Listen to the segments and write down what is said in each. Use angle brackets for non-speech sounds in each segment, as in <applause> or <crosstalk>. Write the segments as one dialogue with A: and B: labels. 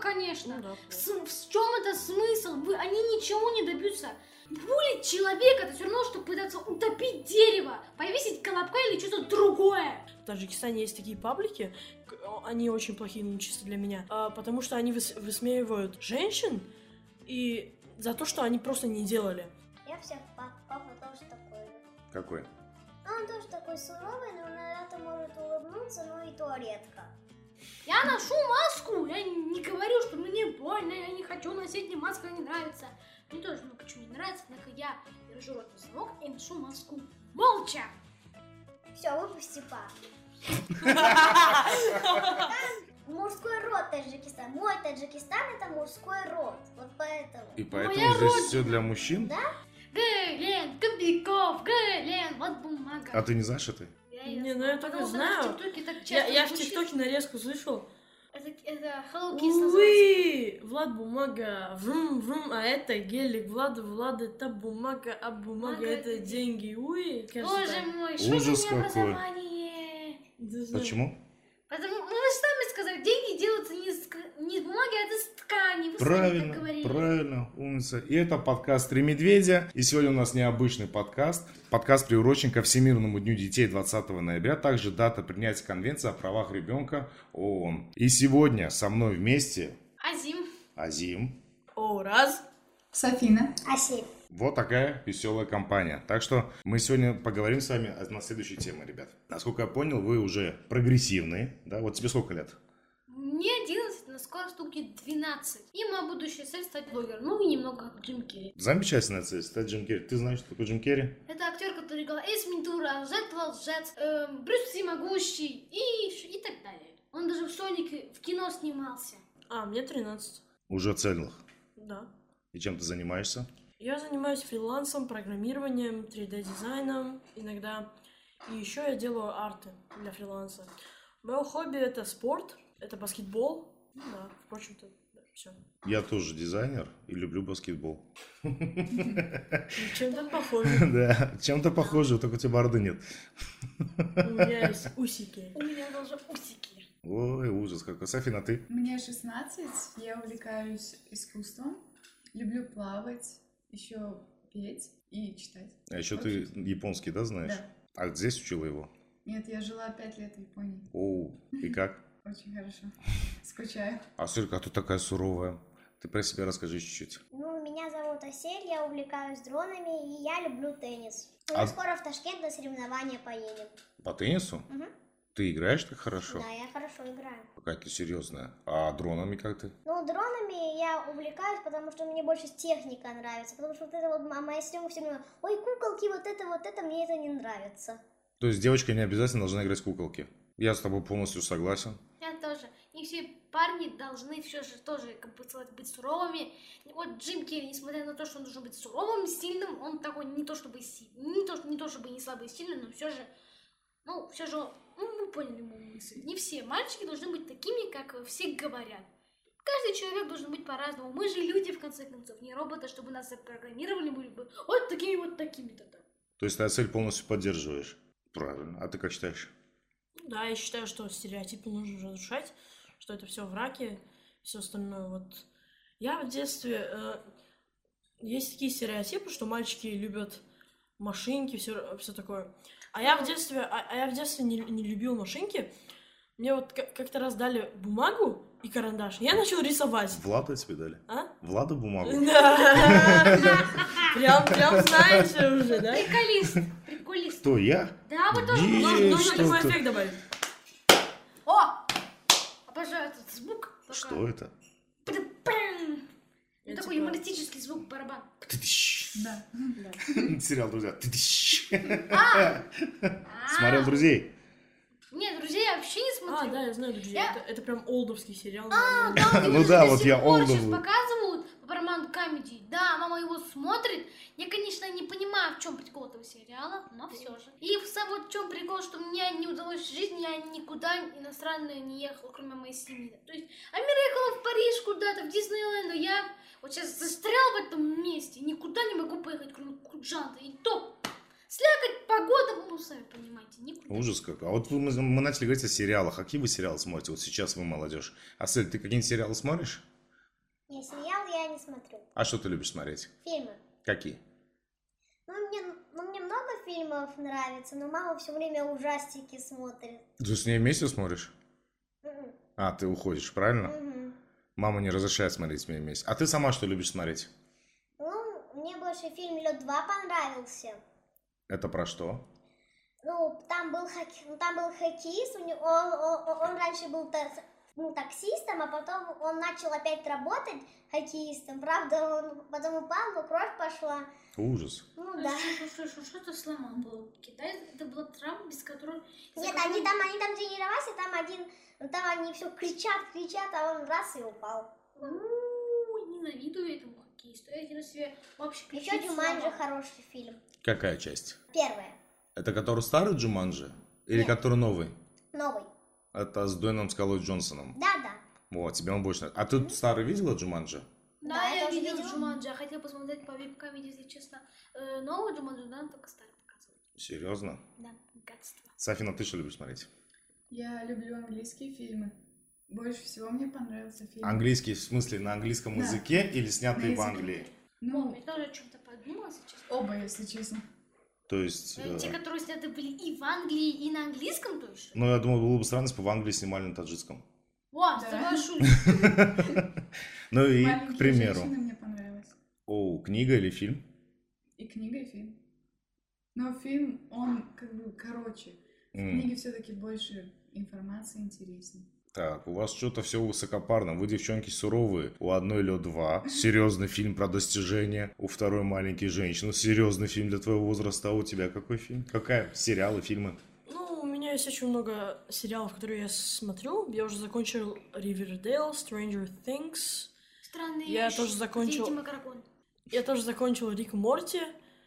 A: конечно.
B: Ну да,
A: С- в чем это смысл? Вы, они ничего не добьются. Булить человека, это все равно, что пытаться утопить дерево, повесить колобка или что-то другое.
B: В Таджикистане есть такие паблики, к- они очень плохие, ну, чисто для меня, а, потому что они выс- высмеивают женщин и за то, что они просто не делали.
C: Я всех пап, папа а тоже такой.
D: Какой?
C: Ну, Он тоже такой суровый, но иногда может улыбнуться, но и то редко.
A: Я ношу маску, я не говорю, что мне больно, я не хочу носить, мне маска не нравится. Мне тоже много чего не нравится, однако я держу рот на замок и ношу маску. Молча!
C: Все, выпусти пап. Мужской род Таджикистан. Мой Таджикистан это мужской род. Вот поэтому.
D: И поэтому
A: Моя
D: здесь
A: родина.
D: все для мужчин?
C: Да.
A: Гэлен, Кобяков, Гэлен, вот бумага.
D: А ты не знаешь это?
A: Я её
B: Не, ну я так и
A: Потому что она
B: знаю.
A: в ТикТоке так
B: Я,
A: часто
B: я в
A: звучит.
B: ТикТоке нарезку слышал.
A: Это, это Hello Kids называется.
B: Уи! Влад бумага, врум, врум, а это гелик. Влада, Влад, это бумага, а бумага
A: Бумага
B: это
A: это
B: деньги. Уи! Кажется,
A: Боже
B: так.
A: мой, что за
D: Ужас какой.
A: образование?
B: Не
A: Ну,
B: знаю.
D: Почему?
A: Потому ну, вы же сами сказали, деньги делаются не из, к- не из бумаги, а из ткани. Вы сами так
D: Правильно,
A: говорили.
D: правильно, умница. И это подкаст «Три медведя». И сегодня у нас необычный подкаст. Подкаст приурочен ко Всемирному дню детей 20 ноября. Также дата принятия Конвенции о правах ребенка ООН. И сегодня со мной вместе
A: Азим.
D: Азим.
B: О, раз.
E: Софина.
C: Аси.
D: Вот такая веселая компания. Так что мы сегодня поговорим с вами о- на следующей теме, ребят. Насколько я понял, вы уже прогрессивные, да? Вот тебе сколько лет?
A: Мне 11, на скоро стукнет 12. И моя будущая цель стать блогером. Ну и немного как Джим Керри.
D: Замечательная цель, стать Джим Керри. Ты знаешь, что такое Джим Керри?
A: Это актер, который играл Эйс Ментура, Жет Волжец, эм, Брюс Всемогущий и, ш- и так далее. Он даже в Сонике в кино снимался.
B: А, мне 13.
D: Уже цельных.
B: Да.
D: И чем ты занимаешься?
B: Я занимаюсь фрилансом, программированием, 3D-дизайном иногда. И еще я делаю арты для фриланса. Мое хобби это спорт, это баскетбол. Ну Да, впрочем-то, все.
D: Я тоже дизайнер и люблю баскетбол. <laughs>
B: Чем-то похоже.
D: Да, чем-то похоже, только у тебя бороды нет.
B: У меня есть усики.
A: У меня даже усики.
D: Ой, ужас какой. Софина, ты?
E: Мне 16, я увлекаюсь искусством, люблю плавать, еще петь и читать.
D: А еще ты японский, да, знаешь?
E: Да.
D: А здесь учила его?
E: Нет, я жила 5 лет в Японии.
D: Оу, и как? <laughs>
E: Очень хорошо. Скучаю.
D: А Сырка, ты такая суровая. Ты про себя расскажи чуть-чуть.
C: Ну, меня зовут Асель, я увлекаюсь дронами и я люблю теннис. Мы
D: А-
C: скоро в Ташкент на соревнования поедем.
D: По теннису?
C: Мгм.
D: Ты играешь так хорошо?
C: Да, я хорошо играю.
D: Какая ты серьезная. А дронами как ты?
C: Ну, дронами я увлекаюсь, потому что мне больше техника нравится. Потому что вот это вот м- а моя сестренка все время, ой, куколки, вот это, вот это, мне это не нравится.
D: То есть девочка не обязательно должна играть в куколки. Я с тобой полностью согласен.
A: Я тоже. Не все парни должны все же тоже, как бы сказать, быть суровыми. Вот Джим Керри, несмотря на то, что он должен быть суровым, сильным, он такой не то чтобы си- не то, не то чтобы не слабый и сильный, но все же, ну, все же, ну, вы поняли мою мысль. Не все мальчики должны быть такими, как все говорят. Каждый человек должен быть по-разному. Мы же люди, в конце концов, не роботы, чтобы нас запрограммировали были бы вот такими вот такими-то. там. <laughs>
D: То есть ты цель полностью поддерживаешь. Правильно. А ты как считаешь?
B: Ну Да, я считаю, что стереотипы нужно разрушать, что это все враки, все остальное. Вот я в детстве э, есть такие стереотипы, что мальчики любят машинки, все, все такое. А я в детстве, а, а я в детстве не, не любил машинки. Мне вот ка- как-то раз дали бумагу и карандаш. Я начал рисовать.
D: Влада тебе дали?
B: А?
D: Влада
A: Э,
D: бумагу?
B: <laughs> Да. Прям, прям знаете уже, да?
A: Приколист, приколист.
D: Кто, я?
A: Да, вы тоже
D: Е-
A: можете.
B: Нужно нужно
D: что
B: любой
D: ты?
B: эффект добавить.
A: О! Обожаю этот звук. Пока.
D: Что это?
A: Пам!
B: Я
A: Ну, Такой
B: типа-
A: юмористический звук барабан.
D: Ты-тыщ.
E: Да.
B: Да.
D: <laughs> Сериал «Друзья». Ты-тыщ. <laughs>
A: А!
D: Смотрел «Друзей».
A: Нет, друзей я вообще не
B: А,
A: смотрю.
B: да, я знаю, друзья.
A: Я- А,
B: Это, это прям олдовский сериал.
A: Да,
B: наверное.
A: он
D: <laughs> Ну
A: до
D: да,
A: сих
D: вот я
A: пор
D: Олду
A: щас
D: был.
A: показывают по Paramount Comedy. Да, мама его смотрит. Я, конечно, не понимаю, в чем прикол этого сериала, но все же. И в сам вот в чем прикол, что мне не удалось в жизни, я никуда иностранную не ехала, кроме моей семьи. То есть, Амира ехала в Париж куда-то, в Диснейленд, но я вот сейчас застрял в этом месте, никуда не могу поехать, кроме Куджанта. И то слякоть, погода, ну, сами понимаете, никуда.
D: Ужас какой. А вот вы- мы, А, мы начали говорить о сериалах. А какие вы сериалы смотрите? Вот сейчас вы молодежь. Асель, ты какие-нибудь сериалы смотришь?
C: Не, сериал я не смотрю.
D: А что ты любишь смотреть?
C: Фильмы.
D: Какие?
C: Ну, мне, ну, мне много фильмов нравится, но мама все время ужастики смотрит.
D: Ты с ней вместе смотришь?
C: Мгм.
D: А, ты уходишь, правильно?
C: Мгм.
D: Мама не разрешает смотреть с ней вместе. А ты сама что любишь смотреть?
C: Ну, мне больше фильм Лед 2 понравился.
D: Это про что?
C: Ну, там был, хок- ну, там был хоккеист, у него, он, он- он- он раньше был та- ну, таксистом, а потом он начал опять работать хоккеистом. Правда, он потом упал, но кровь пошла.
D: Ужас.
C: Ну да.
A: Что-то сломал был. Китай это была травма, без которой... из-за
C: Нет,
A: которой-
C: они там, они там тренировались, и там один, ну, там они все кричат, кричат, а он раз и упал.
A: Ууу, Ненавидую этому хоккеисту. Я один раз себе вообще
C: Еще
A: ключицу
C: Джуманджи
A: сломал.
C: хороший фильм.
D: Какая часть?
C: Первое.
D: Это который старый Джуманджи? Или
C: Нет.
D: который новый?
C: Новый.
D: Это с Дуэном Скалой Джонсоном.
C: Да-да.
D: Вот, тебе он больше... нравится. А ты старый видела Джуманджи?
A: Да,
C: Да, я
A: я
C: тоже
A: видел
C: видела.
A: Джуманджи. Я хотела посмотреть по вебкам, если честно. Э, Новый Джуманджи, да, но только старый показывает.
D: Серьезно?
A: Да, гадство.
D: Сафина, ты что любишь смотреть?
E: Я люблю английские фильмы. Больше всего мне понравился фильм.
D: Английский, в смысле, на английском
E: Да.
D: языке или снятый
E: На
D: в
E: языке.
D: Англии?
A: Ну,
E: Ну,
A: я тоже о чем-то подумала, если честно.
E: оба, если честно.
D: То есть...
E: Ну,
A: Э,
E: типа
A: Те,
D: э,
A: которые сняты были и в Англии, и на английском, то есть.
D: Ну, я думаю, было бы странно, если бы в Англии снимали на
E: <laughs>
D: таджикском.
A: О,
B: <laughs>
E: Да.
A: соглашусь.
D: Ну и, к
E: «Маленькие
D: примеру...
E: женщины» мне понравилось.
D: О, книга или фильм?
E: И книга, и фильм. Но фильм, он как бы короче. В
D: М.
E: книге все-таки больше информации интереснее.
D: Так, у вас что-то все высокопарно. Вы, девчонки, суровые. У одной лед два. Серьезный фильм про достижения. У второй маленькие женщины. Серьезный фильм для твоего возраста. А у тебя какой фильм? Какая? Сериалы, фильмы?
B: Ну, у меня есть очень много сериалов, которые я смотрю. Я уже закончил Riverdale, Stranger Things.
A: Странные
B: Я
A: вещи.
B: тоже закончил.
A: Ведьма Каракон.
B: Я тоже закончил Рик и Морти.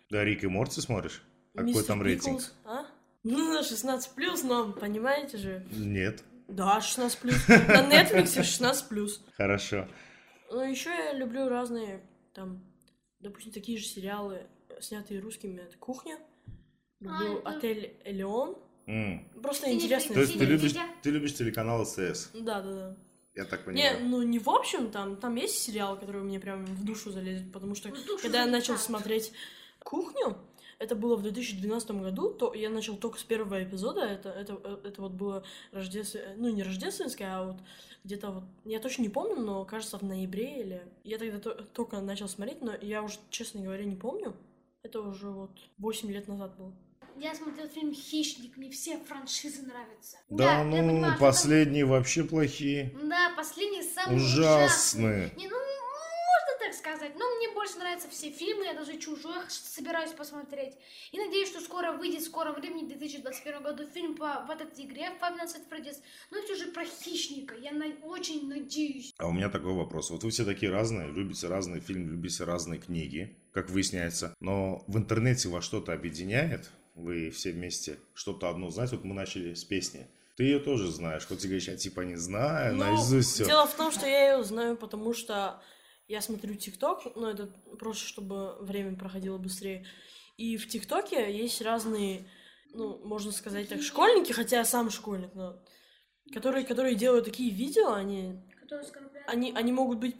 D: Да, Рик и Морти смотришь? А Какой
B: Мистер
D: там рейтинг?
B: Пиклз, А? Ну, 16 плюс, но понимаете же.
D: Нет.
B: Да, 16 плюс. На Netflix 16 плюс.
D: Хорошо.
B: Ну, еще я люблю разные, там, допустим, такие же сериалы, э, снятые русскими, это «Кухня», люблю
A: это-
B: «Отель Элеон»,
D: М.
B: просто
A: Синий
B: интересные
D: То есть ты
A: Синий
D: любишь,
A: дитя.
D: ты любишь телеканал СС?
B: Да-да-да.
D: Я так
B: Не,
D: понимаю.
B: ну не в общем, там, там есть сериал, который мне прям в душу залезет, потому что
A: В душу
B: когда я
A: залезает.
B: начал смотреть «Кухню», это было в 2012 году, то я начал только с первого эпизода, это, это, э, это вот было рождественское, ну не рождественское, а вот где-то вот, я точно не помню, но кажется в ноябре или... Я тогда то- только начал смотреть, но я уже, честно говоря, не помню. Это уже вот 8 лет назад было.
A: Я смотрел фильм «Хищник», мне все франшизы нравятся.
D: Да,
A: я
D: ну,
A: понимаю, что там-
D: последние вообще плохие.
A: Да, последний самый ужасный.
D: Ужасные.
A: Не, ну можно так сказать, но мне больше нравятся все фильмы, я даже «Чужой» х- собираюсь посмотреть. И надеюсь, что скоро выйдет, в скором времени, в 2021 году, фильм по вот этой игре «Five Nights at Freddy's», но все же про хищника, я на- очень надеюсь.
D: А у меня такой вопрос. Вот вы все такие разные, любите разные фильмы, любите разные книги, как выясняется. Но в интернете вас что-то объединяет, вы все вместе что-то одно знаете. Вот мы начали с песни. Ты ее тоже знаешь, хоть ты говоришь, я типа не знаю,
B: Ну,
D: наизусть все.
B: Дело в том, что я ее знаю, потому что я смотрю ТикТок, но это просто чтобы время проходило быстрее. И в ТикТоке есть разные, ну, можно сказать так, школьники, хотя я сам школьник, но которые, которые делают такие видео, они,
A: Который оскорбляет.
B: они, они могут быть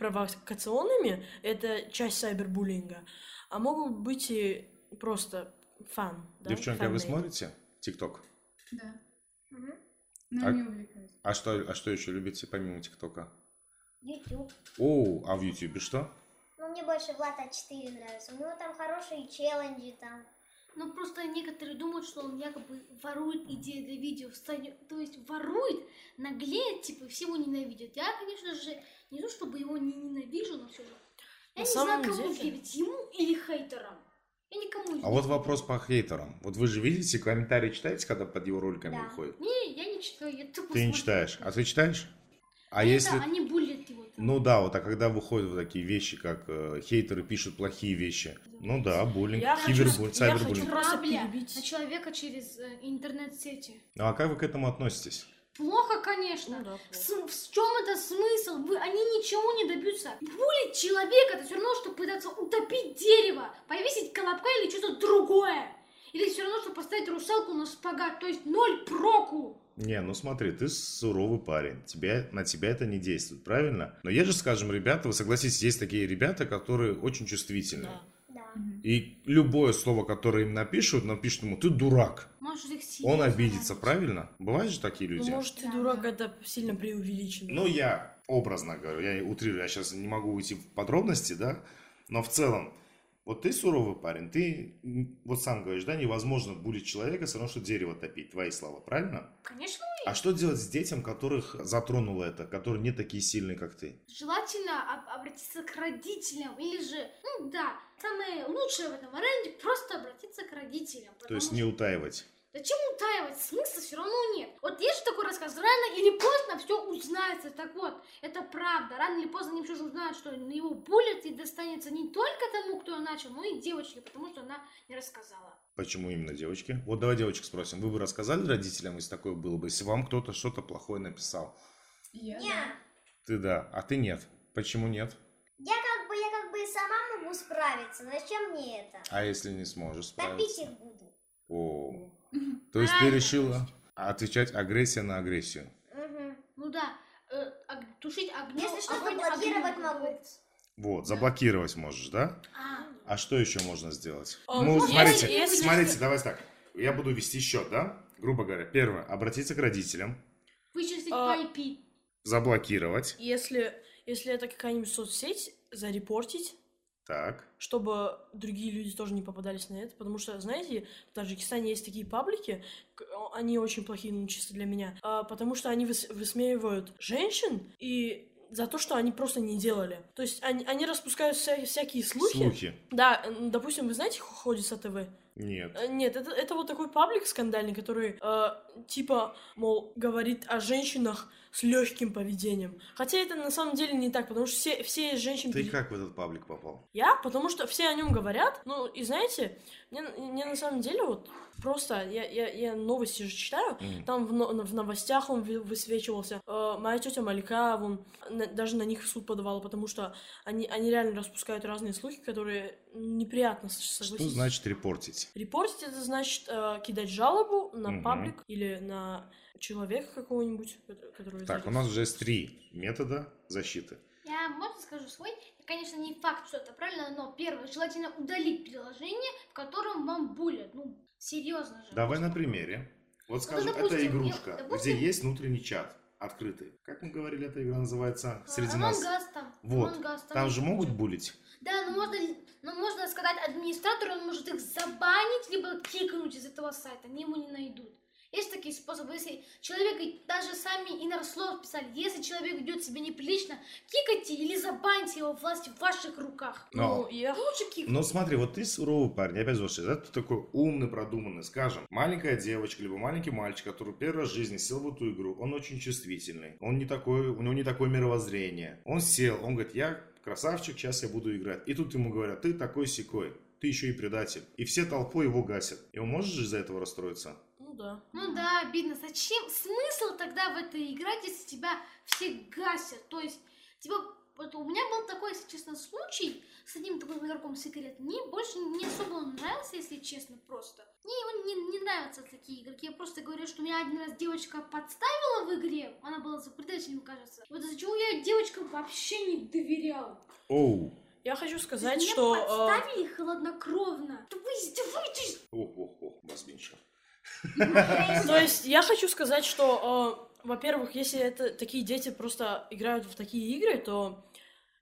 B: провокационными, это часть сайбербуллинга, а могут быть и просто фан. Да?
D: Девчонки, а вы
B: фан-мейд.
D: смотрите ТикТок?
E: Да.
A: Мгм.
E: Но
D: А-
E: не увлекаюсь.
D: А что, а что еще любите помимо ТикТока?
C: Ютуб.
D: О, а в Ютубе что?
C: Ну, мне больше Влад А4 нравится. У него там хорошие челленджи там.
A: Но Ну, просто некоторые думают, что он якобы ворует идеи для видео, встанет- то есть ворует, наглеет, типа, все его ненавидят. Я, конечно же, не то чтобы его не ненавижу, но все же. Я
B: На
A: не знаю,
B: самом
A: кому
B: деле-
A: верить, ему или хейтерам. Я никому не
D: А вот вопрос по хейтерам. Вот вы же видите, комментарии читаете, когда под его роликами
C: Да.
D: выходит?
A: Не, я не читаю, я тупо
D: Ты не
A: смотрю.
D: читаешь. А ты читаешь? А
A: Они,
D: если
A: Ну, да, они булят его. там.
D: Ну да, вот а когда выходят вот такие вещи, как э, хейтеры пишут плохие вещи. Ну да, буллинг,
B: Я хочу-
D: кибербуллинг,
B: я хочу
D: сайбербуллинг.
B: просто
A: Грабля
B: перебить.
A: на человека через э, интернет-сети.
D: Ну а как вы к этому относитесь?
A: Плохо,
B: Ну
A: конечно.
B: да,
A: В см- В чем это смысл? Вы, они ничего не добьются. Булить человека, это все равно, что пытаться утопить дерево, повесить колобка или что-то другое. Или все равно, что поставить русалку на шпагат, то есть ноль проку.
D: Не, ну смотри, ты суровый парень, тебя, на тебя это не действует, правильно? Но есть же, скажем, ребята, вы согласитесь, есть такие ребята, которые очень чувствительны.
B: Да.
C: Да.
E: Мгм.
D: И любое слово, которое им напишут, напишут ему «ты дурак».
A: Может, их сильно
D: Он обидится,
A: ударить.
D: правильно? Бывают же такие
B: Ну,
D: люди?
B: может, ты
A: Да,
B: дурак,
A: да.
B: это сильно преувеличено.
D: Ну, я образно говорю, я и утрирую, я сейчас не могу уйти в подробности, да, но в целом, вот ты суровый парень, ты м, вот сам говоришь, да, невозможно булить человека, все равно, что дерево топить, твои слова, правильно?
A: Конечно,
D: А что делать с детям, которых затронуло это, которые не такие сильные, как ты?
A: желательно об- обратиться к родителям или же, ну да, самое лучшее в этом варианте просто обратиться к родителям.
D: То
A: потому
D: есть не утаивать.
A: Зачем утаивать? Смысла все равно нет. Вот есть же такой рассказ, рано или поздно все узнается. Так вот, это правда. Рано или поздно они все же узнают, что на его булят и достанется не только тому, кто начал, но и девочке, потому что она не рассказала.
D: Почему именно девочки? Вот давай девочек спросим. Вы бы рассказали родителям, если такое было бы, если вам кто-то что-то плохое написал?
E: Я,
C: Я,
D: Ты да, а ты нет. Почему нет?
C: я как бы, я как бы и сама могу справиться. Зачем мне это?
D: А если не сможешь
C: Топить
D: справиться?
C: их буду.
D: О,
E: да.
D: то есть ты
A: Правильно.
D: решила отвечать агрессия на агрессию.
C: Мгм.
A: Ну да, э, ог- тушить огнем.
C: Если что, заблокировать могу.
D: Вот, заблокировать можешь, да?
A: А,
D: А что еще можно сделать?
B: А,
D: ну,
B: если-
D: смотрите,
B: если-
D: смотрите, давайте так. Я буду вести счет, да? Грубо говоря, первое, обратиться к родителям,
A: вычислить
B: А.
A: по IP.
D: заблокировать.
B: Если, если это какая-нибудь соцсеть, зарепортить,
D: Так.
B: чтобы другие люди тоже не попадались на это, потому что, знаете, в Таджикистане есть такие паблики, к- о- они очень плохие, ну, чисто для меня, а, потому что они выс- высмеивают женщин и за то, что они просто не делали. То есть они, они распускают вся- всякие слухи. Да, м, допустим, вы знаете Ходиса ТВ?
D: Нет.
B: Э, Нет, это, это вот такой паблик скандальный, который э, типа, мол, говорит о женщинах с легким поведением. Хотя это на самом деле не так, потому что все, все из женщин...
D: Ты
B: пере-
D: как в этот паблик попал?
B: Я, потому что все о нем говорят. Ну, и знаете, мне, мне на самом деле вот просто, я, я, я новости же читаю,
D: М.
B: там в, но- в новостях он вы- высвечивался. Э, моя тетя Малика, вон, на- даже на них в суд подавала, потому что они, они реально распускают разные слухи, которые неприятно с-
D: Что
B: согласитесь.
D: значит репортить?
B: Репортить это значит э, кидать жалобу на
D: Мгм.
B: паблик или на человека какого-нибудь, ко- который...
D: Так, у нас уже есть три метода защиты.
A: Я, можно скажу свой? И, конечно, не факт, что это правильно, но первое, желательно удалить приложение, в котором вам булят. Ну, серьезно же.
D: Давай на примере. Вот скажем, это
A: Ну, допустим,
D: игрушка,
A: я- допустим-
D: где есть внутренний чат открытый. Как мы говорили, эта игра называется среди
A: Among
D: нас.
A: Us там.
D: Вот,
A: Among Us А, там.
D: Там же могут булить.
A: Да, ну можно, ну можно сказать администратору, он может их забанить, либо кикнуть из этого сайта, они его не найдут. Есть такие способы, если человек, и даже сами инорслов писали, если человек ведет себя неприлично, кикайте или забаньте его, власть в ваших руках.
D: Но.
B: Ну, я...
A: Лучше кикнуть.
D: Но смотри, вот ты суровый парень, опять же, да, ты такой умный, продуманный, скажем, маленькая девочка, либо маленький мальчик, который первый раз в жизни сел в эту игру, он очень чувствительный, он не такой, у него не такое мировоззрение. Он сел, он говорит, я красавчик, сейчас я буду играть. И тут ему говорят, ты такой секой, ты еще и предатель. И все толпой его гасят. И он может же из-за этого расстроиться?
B: Ну да.
A: Ну да, обидно. Зачем? Смысл тогда в этой играть, если тебя все гасят? То есть, типа, вот у меня был такой, если честно, случай с одним таким игроком секрет. Мне больше не особо он нравился, если честно, просто. Мне его не, не нравятся такие игроки. Я просто говорю, что меня один раз девочка подставила в игре. Она была за предателем, кажется. И вот из-за чего я девочкам вообще не доверял.
D: Оу.
B: Я хочу
A: То есть
B: сказать,
A: меня
B: что... э,
A: подставили хладнокровно. Да вы издеваетесь!
D: Ох, ох, ох, вас меньше.
B: <laughs> То есть я хочу сказать, что, э, во-первых, если это такие дети просто играют в такие игры, то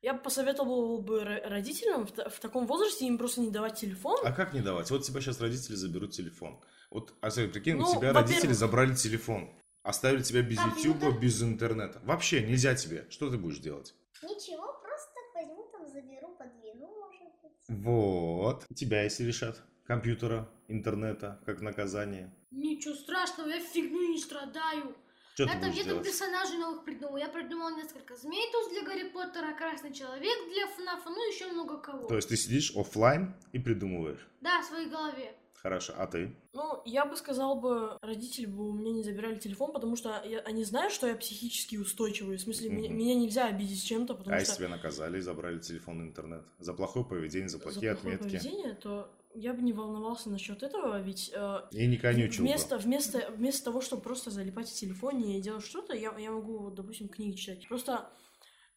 B: я бы посоветовал бы ро- родителям в, та- в таком возрасте им просто не давать телефон.
D: А как не давать? Вот тебя сейчас родители заберут телефон. Вот, а смотри, прикинь,
B: Ну,
D: у тебя
B: во-первых-
D: родители забрали телефон. Оставили тебя без
C: Компьютер.
D: ютуба, без интернета. Вообще нельзя тебе. Что ты будешь делать?
C: Ничего, просто возьму там, заберу, подвину, может быть.
D: Вот. Тебя если лишат компьютера, интернета, как наказание.
A: Ничего страшного, я фигню не страдаю.
D: Что
A: Я
D: ты
A: там
D: будешь
A: где-то
D: делать?
A: персонажей новых придумал. Я придумал несколько Змейтус для Гарри Поттера, Красный Человек для ФНАФа, ну еще много кого.
D: То есть ты сидишь оффлайн и придумываешь.
A: Да, в своей голове.
D: Хорошо. А ты?
B: Ну, я бы сказал бы, родители бы у меня не забирали телефон, потому что я- они знают, что я психически устойчивый. В смысле, меня,
D: Мгм.
B: меня нельзя обидеть чем-то, потому
D: а если
B: что
D: тебя наказали и забрали телефон и интернет? За плохое поведение, за
B: за
D: плохие
B: плохое
D: отметки.
B: поведение, то я бы не волновался насчет этого, ведь э,
D: И не конючил бы.
B: Вместо, вместо, вместо того, чтобы просто залипать в телефоне и делать что-то, я, я могу, вот, допустим, книги читать. Просто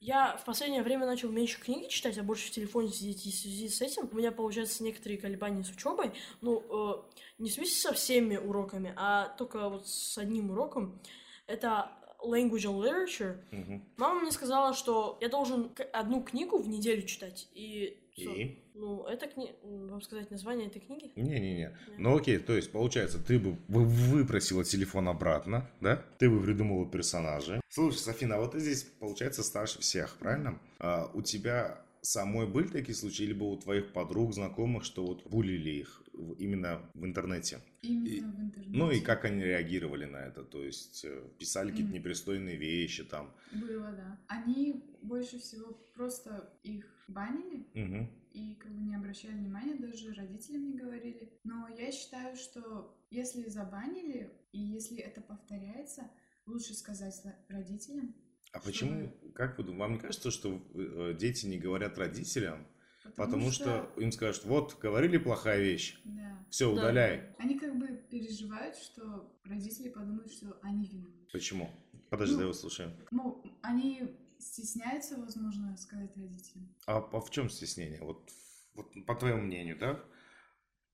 B: я в последнее время начал меньше книги читать, а больше в телефоне сидеть. И в связи с этим у меня получается некоторые колебания с учебой. Ну, э, не в смысле со всеми уроками, а только вот с одним уроком. Это Language and Literature.
D: Мгм.
B: Мама мне сказала, что я должен к- одну книгу в неделю читать. И, всё.
D: И?
B: ну, это книга... Вам сказать название этой книги?
D: Не-не-не. Ну окей, то есть получается, ты бы вы- выпросила телефон обратно, да? Ты бы придумала персонажей. Слушай, Софина, а вот ты здесь, получается, старше всех, правильно? А у тебя самой были такие случаи, либо у твоих подруг, знакомых, что вот булили их в- именно в интернете?
E: Именно в интернете.
D: Ну и как они реагировали на это? То есть э, писали какие-то
E: Мгм.
D: непристойные вещи там?
E: Было, да. Они больше всего просто их банили
D: Мгм.
E: и как бы не обращали внимания, даже родителям не говорили. Но я считаю, что если забанили, и если это повторяется, лучше сказать ла- родителям,
D: А
E: Что
D: почему, как вы думаете, вам не кажется, что э, дети не говорят родителям, потому, что... им скажут, вот, говорили плохая вещь,
E: Да.
D: все,
B: Да.
D: удаляй.
E: Они как бы переживают, что родители подумают, что они виноваты.
D: Почему? Подожди,
E: Ну,
D: дай услышим.
E: Ну, они стесняются, возможно, сказать родителям.
D: А, по- в чем стеснение? Вот, вот по твоему мнению, да?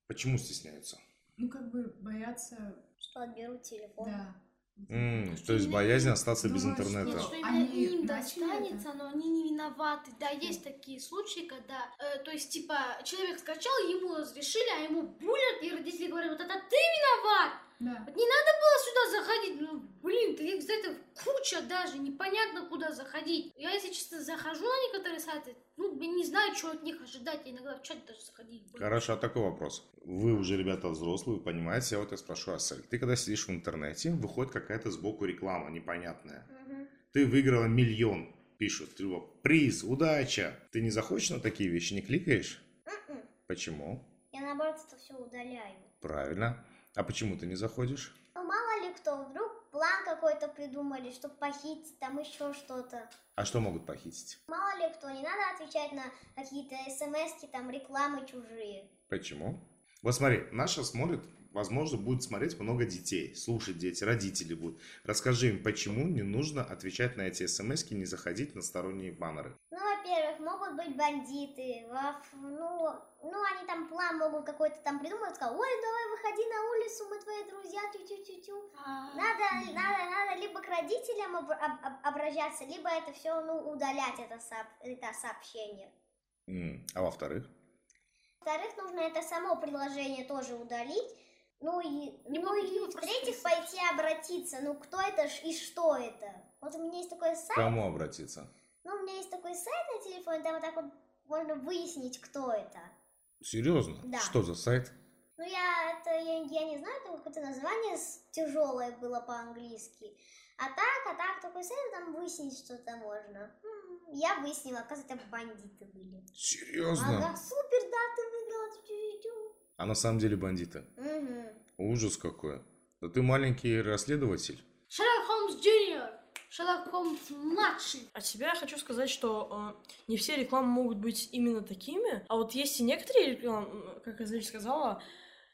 D: Почему стесняются?
E: Ну, как бы боятся,
C: Что отберут телефон.
E: да.
D: М, то есть боязнь остаться без
E: Думаю, что-
D: интернета.
E: Это-
A: Что именно
E: Они
A: им
E: начали это?
A: достанется, но они не виноваты. Да, есть такие случаи, когда, э, то есть, типа, человек скачал, ему разрешили, а ему булят, и родители говорят, вот это ты виноват!
E: Да.
A: Вот не надо было сюда заходить, ну, блин, таких сайтов куча даже, непонятно куда заходить. Я, если честно, захожу на некоторые сайты, ну, я не знаю, чего от них ожидать, я иногда в чат даже заходить боюсь.
D: Хорошо, а такой вопрос. Вы уже, ребята, взрослые, вы понимаете, я вот я спрошу, Асель, ты когда сидишь в интернете, выходит какая-то сбоку реклама непонятная.
A: Мгм.
D: Ты выиграла миллион, пишут, типа, приз, удача. Ты не захочешь на такие вещи, не кликаешь?
C: М-м.
D: Почему?
C: Я наоборот это все удаляю.
D: Правильно. А почему ты не заходишь?
C: Ну, мало ли кто, вдруг план какой-то придумали, чтобы похитить, там еще что-то.
D: А что могут похитить?
C: Мало ли кто, не надо отвечать на какие-то смс там рекламы чужие.
D: Почему? Вот смотри, наша смотрит, возможно, будет смотреть много детей, слушать дети, родители будут. Расскажи им, почему не нужно отвечать на эти смс не заходить на сторонние баннеры.
C: Ну, во-первых, могут быть бандиты, во ну, ну, они там план могут какой-то там придумать, сказать, ой, давай выходи на улицу, мы твои друзья, тю-тю-тю-тю. Надо, надо, надо либо к родителям об- об- об- обращаться, либо это все, ну, удалять это, сооб- это сообщение.
D: М, А во-вторых,
C: Во-вторых, нужно это само приложение тоже удалить. Ну и,
A: Не
C: ну
A: помоги,
C: и
A: вы просто
C: в-третьих, пойти обратиться. Ну кто это ж и что это? Вот у меня есть такой
D: к
C: сайт.
D: кому обратиться?
C: Ну, у меня есть такой сайт на телефоне, там вот так вот можно выяснить, кто это.
D: Серьезно?
C: Да.
D: Что за сайт?
C: Ну, я это я, я не знаю, там какое-то название тяжелое было по-английски. А так, а так, такой сайт, там выяснить что-то можно. М, Я выяснила, оказывается, там бандиты были.
D: Серьезно?
C: Ага, супер, да, ты выиграла. тю-тю-тю.
D: А на самом деле бандиты.
C: Мгм.
D: Ужас какой. Да ты маленький расследователь.
A: Шерлок Холмс Джуниор, Шерлок Холмс младший.
B: От себя я хочу сказать, что э, не все рекламы могут быть именно такими, а вот есть и некоторые рекламы, м, как Азель сказала,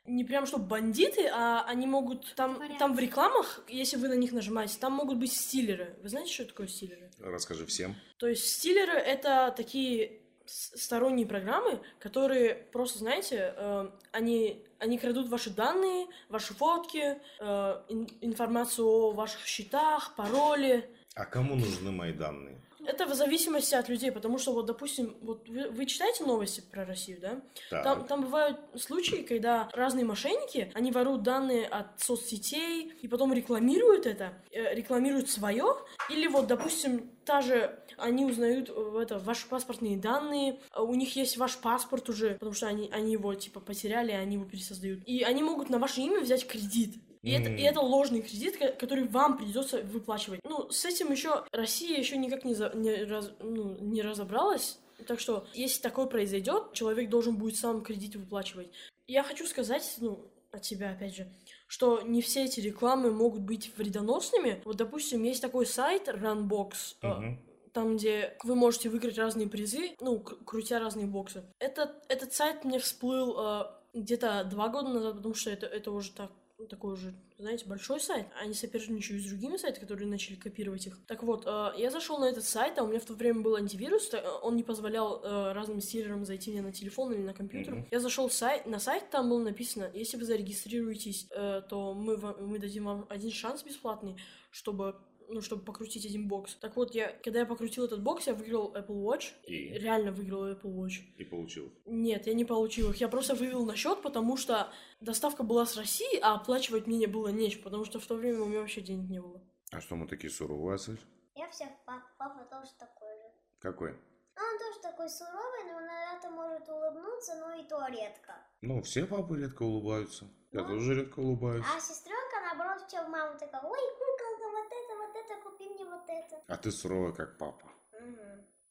B: не прям что бандиты, а они могут там,
A: Вариации.
B: там в рекламах, если вы на них нажимаете, там могут быть стилеры. Вы знаете, что такое стилеры?
D: Расскажи всем.
B: То есть стилеры это такие с- сторонние программы, которые просто, знаете, э, они, они крадут ваши данные, ваши фотки, э, ин- информацию о ваших счетах, пароле.
D: А кому нужны мои данные?
B: Это в зависимости от людей, потому что вот, допустим, вот вы, вы читаете новости про Россию, да?
D: Так.
B: Там, там бывают случаи, когда разные мошенники, они воруют данные от соцсетей и потом рекламируют это, э, рекламируют свое, или вот, допустим, та же, они узнают э, в это, ваши паспортные данные, а у них есть ваш паспорт уже, потому что они, они его, типа, потеряли, они его пересоздают. И они могут на ваше имя взять кредит. И это, и
D: М.
B: это ложный кредит, ко- который вам придется выплачивать. Ну, с этим еще Россия еще никак не, за- не раз- ну, не разобралась. Так что, если такое произойдет, человек должен будет сам кредит выплачивать. Я хочу сказать, ну, от себя, опять же, что не все эти рекламы могут быть вредоносными. Вот, допустим, есть такой сайт Runbox, э,
D: Мгм.
B: там, где вы можете выиграть разные призы, ну, кр- крутя разные боксы. Этот, этот сайт мне всплыл э, где-то два года назад, потому что это, это уже так ну, такой уже, знаете, большой сайт. Они соперничают с другими сайтами, которые начали копировать их. Так вот, э, я зашел на этот сайт, а у меня в то время был антивирус, та- э, он не позволял э, разным стилерам зайти мне на телефон или на компьютер.
D: Мгм.
B: Я зашел сайт, на сайт, там было написано, если вы зарегистрируетесь, э, то мы, вам- мы дадим вам один шанс бесплатный, чтобы ну, чтобы покрутить один бокс. Так вот, я, когда я покрутил этот бокс, я выиграл Apple Watch.
D: И,
B: Реально выиграл Apple Watch.
D: и получил.
B: Нет, я не получил их. Я просто вывел на счет, потому что доставка была с России, а оплачивать мне не было нечего, потому что в то время у меня вообще денег не было.
D: А что мы такие суровые, Асаль?
C: Я все, папа, папа тоже такой же.
D: Какой?
C: Ну, Он тоже такой суровый, но он иногда может улыбнуться, но и то редко.
D: Ну, все папы редко улыбаются. Я
C: Ну.
D: тоже редко улыбаюсь.
C: А сестренка, наоборот, все в маму такая, ой, куколка, вот это, вот это, купи мне вот это.
D: А ты суровая, как папа.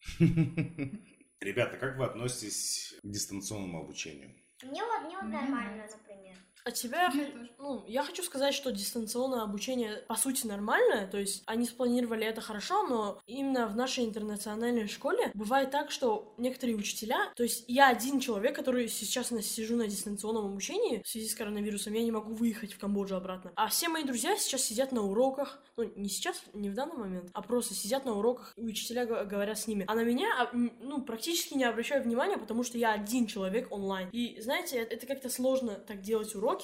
C: <laughs> Мгм.
D: Ребята, как вы относитесь к дистанционному обучению?
C: Мне вот, мне вот
E: Мне
C: нормально,
E: нравится.
C: например.
B: От тебя,
E: Мне тоже.
B: ну, я хочу сказать, что дистанционное обучение по сути нормальное, то есть они спланировали это хорошо, но именно в нашей интернациональной школе бывает так, что некоторые учителя, то есть я один человек, который сейчас на- сижу на дистанционном обучении в связи с коронавирусом, я не могу выехать в Камбоджу обратно, а все мои друзья сейчас сидят на уроках, ну, не сейчас, не в данный момент, а просто сидят на уроках, и учителя го- говорят с ними. А на меня, а, м, ну, практически не обращаю внимания, потому что я один человек онлайн. И, знаете, э- это как-то сложно так делать уроки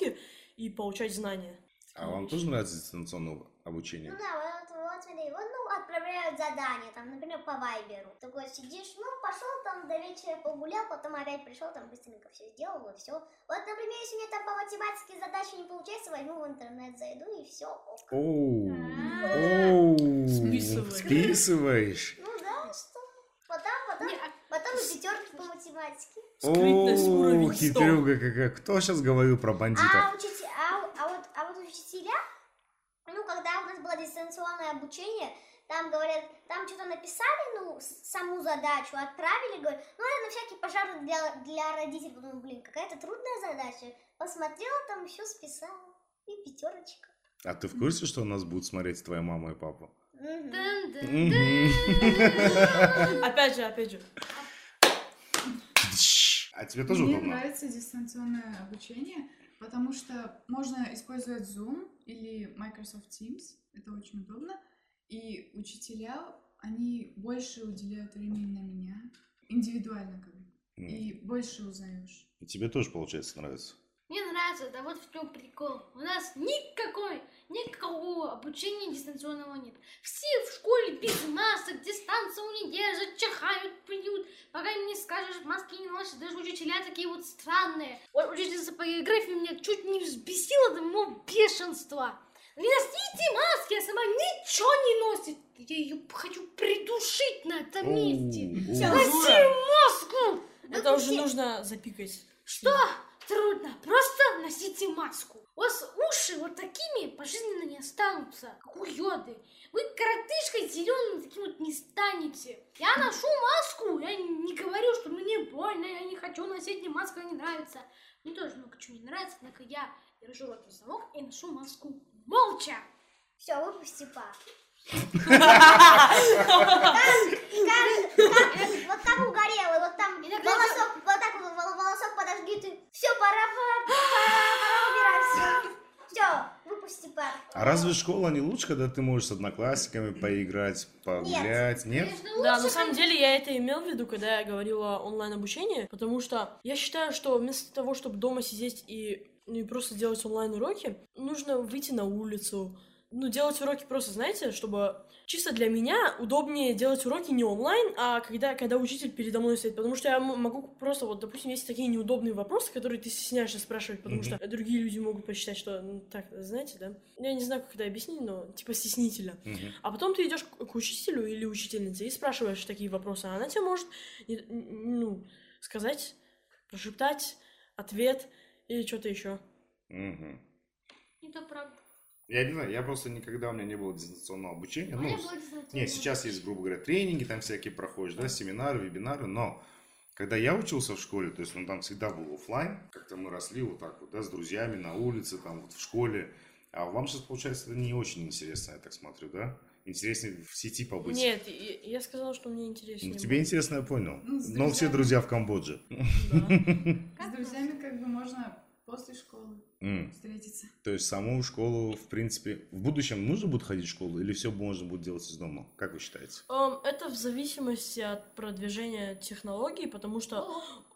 B: и получать знания.
D: А вам тоже нравится дистанционное обучение?
C: Ну да, вот, вот смотри, вот, ну, отправляют задание, там, например, по вайберу. Такой сидишь, ну, пошел там до вечера погулял, потом опять пришел, там, быстренько все сделал, и все. Вот, например, если у меня там по математике задача не получается, возьму в интернет, зайду, и все, ок.
D: Оу.
A: А.
D: Оу.
B: Списываешь.
D: Списываешь.
C: Ну да, что? Потом, потом,
A: Не, а
C: потом и пятерки по математике.
B: Скрытность
D: Оу,
B: уровень 100.
D: хитрюга какая. Кто сейчас говорил про бандитов?
C: А, учителя, а, вот, а вот учителя, ну, когда у нас было дистанционное обучение, там говорят, там что-то написали, ну, с- саму задачу отправили, говорят, ну, это на всякий пожар для, для родителей. Думаю, блин, какая-то трудная задача. Посмотрела, там еще списала. И пятерочка.
D: А ты в курсе, что нас будут смотреть твоя мама и папа?
C: Мгм.
A: тын-тын.
C: <laughs>
D: Мгм.
B: Опять же, опять же.
D: А тебе тоже
E: Мне
D: удобно?
E: нравится дистанционное обучение, потому что можно использовать Zoom или Microsoft Teams. Это очень удобно. И учителя, они больше уделяют времени на меня, индивидуально как бы.
D: М.
E: И больше узнаешь.
D: И тебе тоже, получается, нравится.
A: Мне нравится, да вот в чем прикол. У нас никакой, никакого обучения дистанционного нет. Все в школе без масок, дистанцию не держат, чихают, плюют. Пока им не скажешь, маски не носят. Даже учителя такие вот странные. Вот учительница по географии меня чуть не взбесила до моего бешенства. Носите маски, а сама ничего не носит. Я ее хочу придушить на этом месте.
D: Оу, оу.
B: Цензура.
A: Маску!
B: Это уже нужно запикать.
A: Что?
B: <laughs>
A: Трудно, просто носите маску. У вас уши вот такими пожизненно не останутся, как у йоды. Вы коротышкой зеленым таким вот не станете. Я ношу маску, я не говорю, что мне больно, я не хочу носить, мне маска не нравится. Мне тоже много чего не нравится, однако я держу рот на замок и ношу маску молча.
C: Все, выпусти па. Вот как угорелый, вот там
A: Иногда
C: волосок, вот так вот вол- волосок подожги, ты все, пора, пора, пора, пора убирать все. Все, выпусти пар.
D: А разве школа не лучше, когда ты можешь с одноклассниками поиграть, погулять? Нет?
A: Конечно,
B: Да,
A: лучше,
B: на самом деле я это имел в виду, когда я говорила онлайн-обучение, потому что я считаю, что вместо того, чтобы дома сидеть и, ну, и просто делать онлайн-уроки, нужно выйти на улицу, ну, делать уроки просто, знаете, чтобы... Чисто для меня удобнее делать уроки не онлайн, а когда, когда учитель передо мной стоит. Потому что я м- могу просто, вот, допустим, есть такие неудобные вопросы, которые ты стесняешься спрашивать, потому
D: Мгм.
B: что другие люди могут посчитать, что ну, так, знаете, да? Ну, Я не знаю, как это объяснить, но типа стеснительно.
D: Мгм.
B: А потом ты идешь к к учителю или учительнице и спрашиваешь такие вопросы, а она тебе может не- н- ну, сказать, прошептать ответ или что-то еще.
D: Мгм.
A: Это правда.
D: Я не знаю, я просто никогда у меня не было дистанционного обучения.
A: У
D: ну,
A: меня
D: с-
A: было дистанционное.
D: Нет, сейчас есть, грубо говоря, тренинги, там всякие проходишь, да, семинары, вебинары, но когда я учился в школе, то есть, ну, там всегда был оффлайн, как-то мы росли вот так вот, да, с друзьями на улице, там, вот в школе. А вам сейчас, получается, это не очень интересно, я так смотрю, да? Интереснее в сети побыть.
B: Нет, и- я сказала, что мне интереснее.
D: Ну, тебе интересно, я понял.
E: Ну, с
D: Но все
E: друзьями.
D: друзья в Камбодже. <laughs>
B: Да.
E: С друзьями как бы можно после школы
D: М.
E: встретиться.
D: То есть саму школу, в принципе, в будущем нужно будет ходить в школу или все можно будет делать из дома? Как вы считаете?
B: Эм, Это в зависимости от продвижения технологий, потому что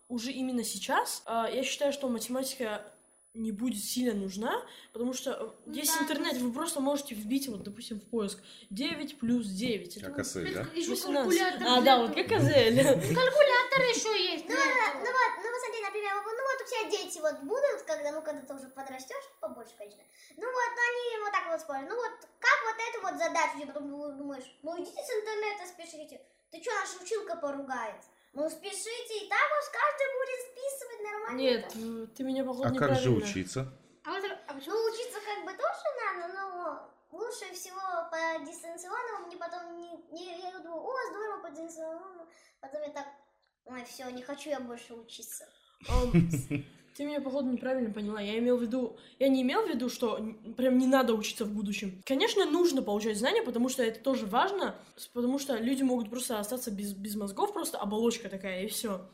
B: уже именно сейчас а, я считаю, что математика не будет сильно нужна, потому что э,
A: Ну
B: есть
A: да.
B: интернет, вы просто можете вбить, вот, допустим, в поиск 9 плюс 9. Это
D: Как
B: вот
D: осель, да?
A: Еще
B: 18.
A: Ну, калькулятор.
B: А, да, вот как Азель.
A: Калькулятор еще есть. для этого.
C: Ну вот, ну вот смотри, например, вот, ну вот у тебя дети вот будут, когда, ну когда ты уже подрастешь, побольше, конечно. Ну вот, ну они вот так вот спорят. Ну вот, как вот эту вот задачу, типа, потом ду- думаешь, ну идите с интернета спешите. Ты что, наша училка поругает? Ну спешите, и так уж каждый будет списывать нормально.
B: Нет, э, ты меня, походу,
D: А как же
B: неправильно.
D: учиться?
A: А вот это- а
C: Ну
A: почему?
C: учиться как бы тоже надо, но лучше всего по дистанционному, мне потом не, не- я думаю, о, здорово по дистанционному, потом я так, ой, все, не хочу я больше учиться.
B: Эм, Ты меня, походу, неправильно поняла. Я имел в виду... Я не имел в виду, что н- прям не надо учиться в будущем. Конечно, нужно получать знания, потому что это тоже важно. с- Потому что люди могут просто остаться без, без мозгов, просто оболочка такая, и все.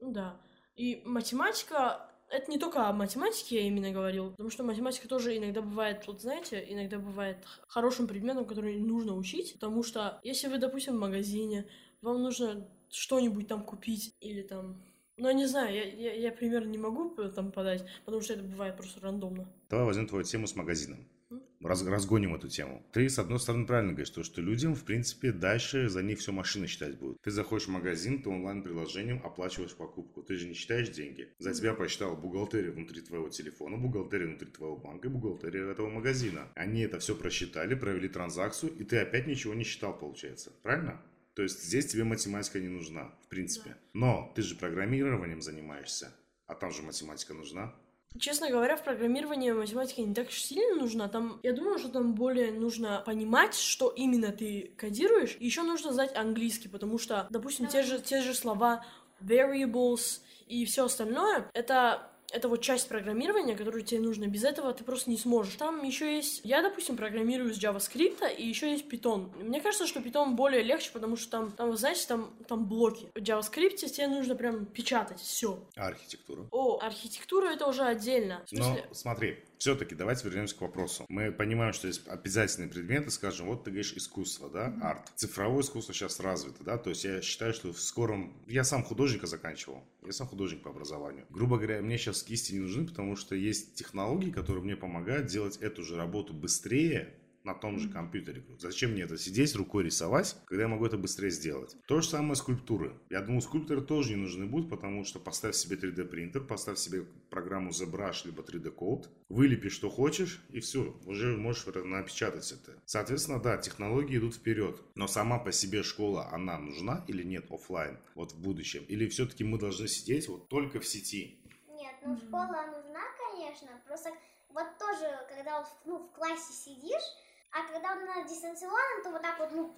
B: Ну да. И математика... Это не только о математике я именно говорил, потому что математика тоже иногда бывает, вот знаете, иногда бывает х- хорошим предметом, который нужно учить, потому что если вы, допустим, в магазине, вам нужно что-нибудь там купить или там... Ну, я не знаю, я, я, я пример не могу п- там подать, потому что это бывает просто рандомно.
D: Давай возьмем твою тему с магазином.
B: М?
D: Раз- разгоним эту тему. Ты, с одной стороны, правильно говоришь, то, что людям, в принципе, дальше за них все машины считать будут. Ты заходишь в магазин, ты онлайн-приложением оплачиваешь покупку. Ты же не считаешь деньги. За тебя посчитала бухгалтерия внутри твоего телефона, бухгалтерия внутри твоего банка и бухгалтерия этого магазина. Они это все просчитали, провели транзакцию, и ты опять ничего не считал, получается. Правильно? То есть здесь тебе математика не нужна, в принципе. Но ты же программированием занимаешься, а там же математика нужна.
B: Честно говоря, в программировании математика не так уж сильно нужна. Там, я думаю, что там более нужно понимать, что именно ты кодируешь. Еще нужно знать английский, потому что, допустим, те же, те же слова variables и все остальное, это это вот часть программирования, которую тебе нужно. Без этого ты просто не сможешь. Там еще есть... Я, допустим, программирую с JavaScript, и еще есть Python. Мне кажется, что Python более легче, потому что там, там вы знаете, там, там блоки. В JavaScript тебе нужно прям печатать все.
D: А архитектура?
B: О, архитектура это уже отдельно. В
D: Но
B: смысле,
D: смотри, все-таки давайте вернемся к вопросу. Мы понимаем, что есть обязательные предметы, скажем, вот ты говоришь искусство, да,
E: Мгм.
D: арт. Цифровое искусство сейчас развито, да, то есть я считаю, что в скором... Я сам художника заканчивал, я сам художник по образованию. Грубо говоря, мне сейчас кисти не нужны, потому что есть технологии, которые мне помогают делать эту же работу быстрее, на том же компьютере. Зачем мне это сидеть, рукой рисовать, когда я могу это быстрее сделать? То же самое скульптуры. Я думаю, скульпторы тоже не нужны будут, потому что поставь себе 3D принтер, поставь себе программу ZBrush либо 3D Code, вылепи что хочешь и все, уже можешь это напечатать это. Соответственно, да, технологии идут вперед, но сама по себе школа, она нужна или нет оффлайн вот в будущем? Или все-таки мы должны сидеть вот только в сети?
C: Нет, ну школа нужна, конечно. Просто вот тоже, когда вот, ну, в классе сидишь, а когда на дистанционном, то вот так вот, ну,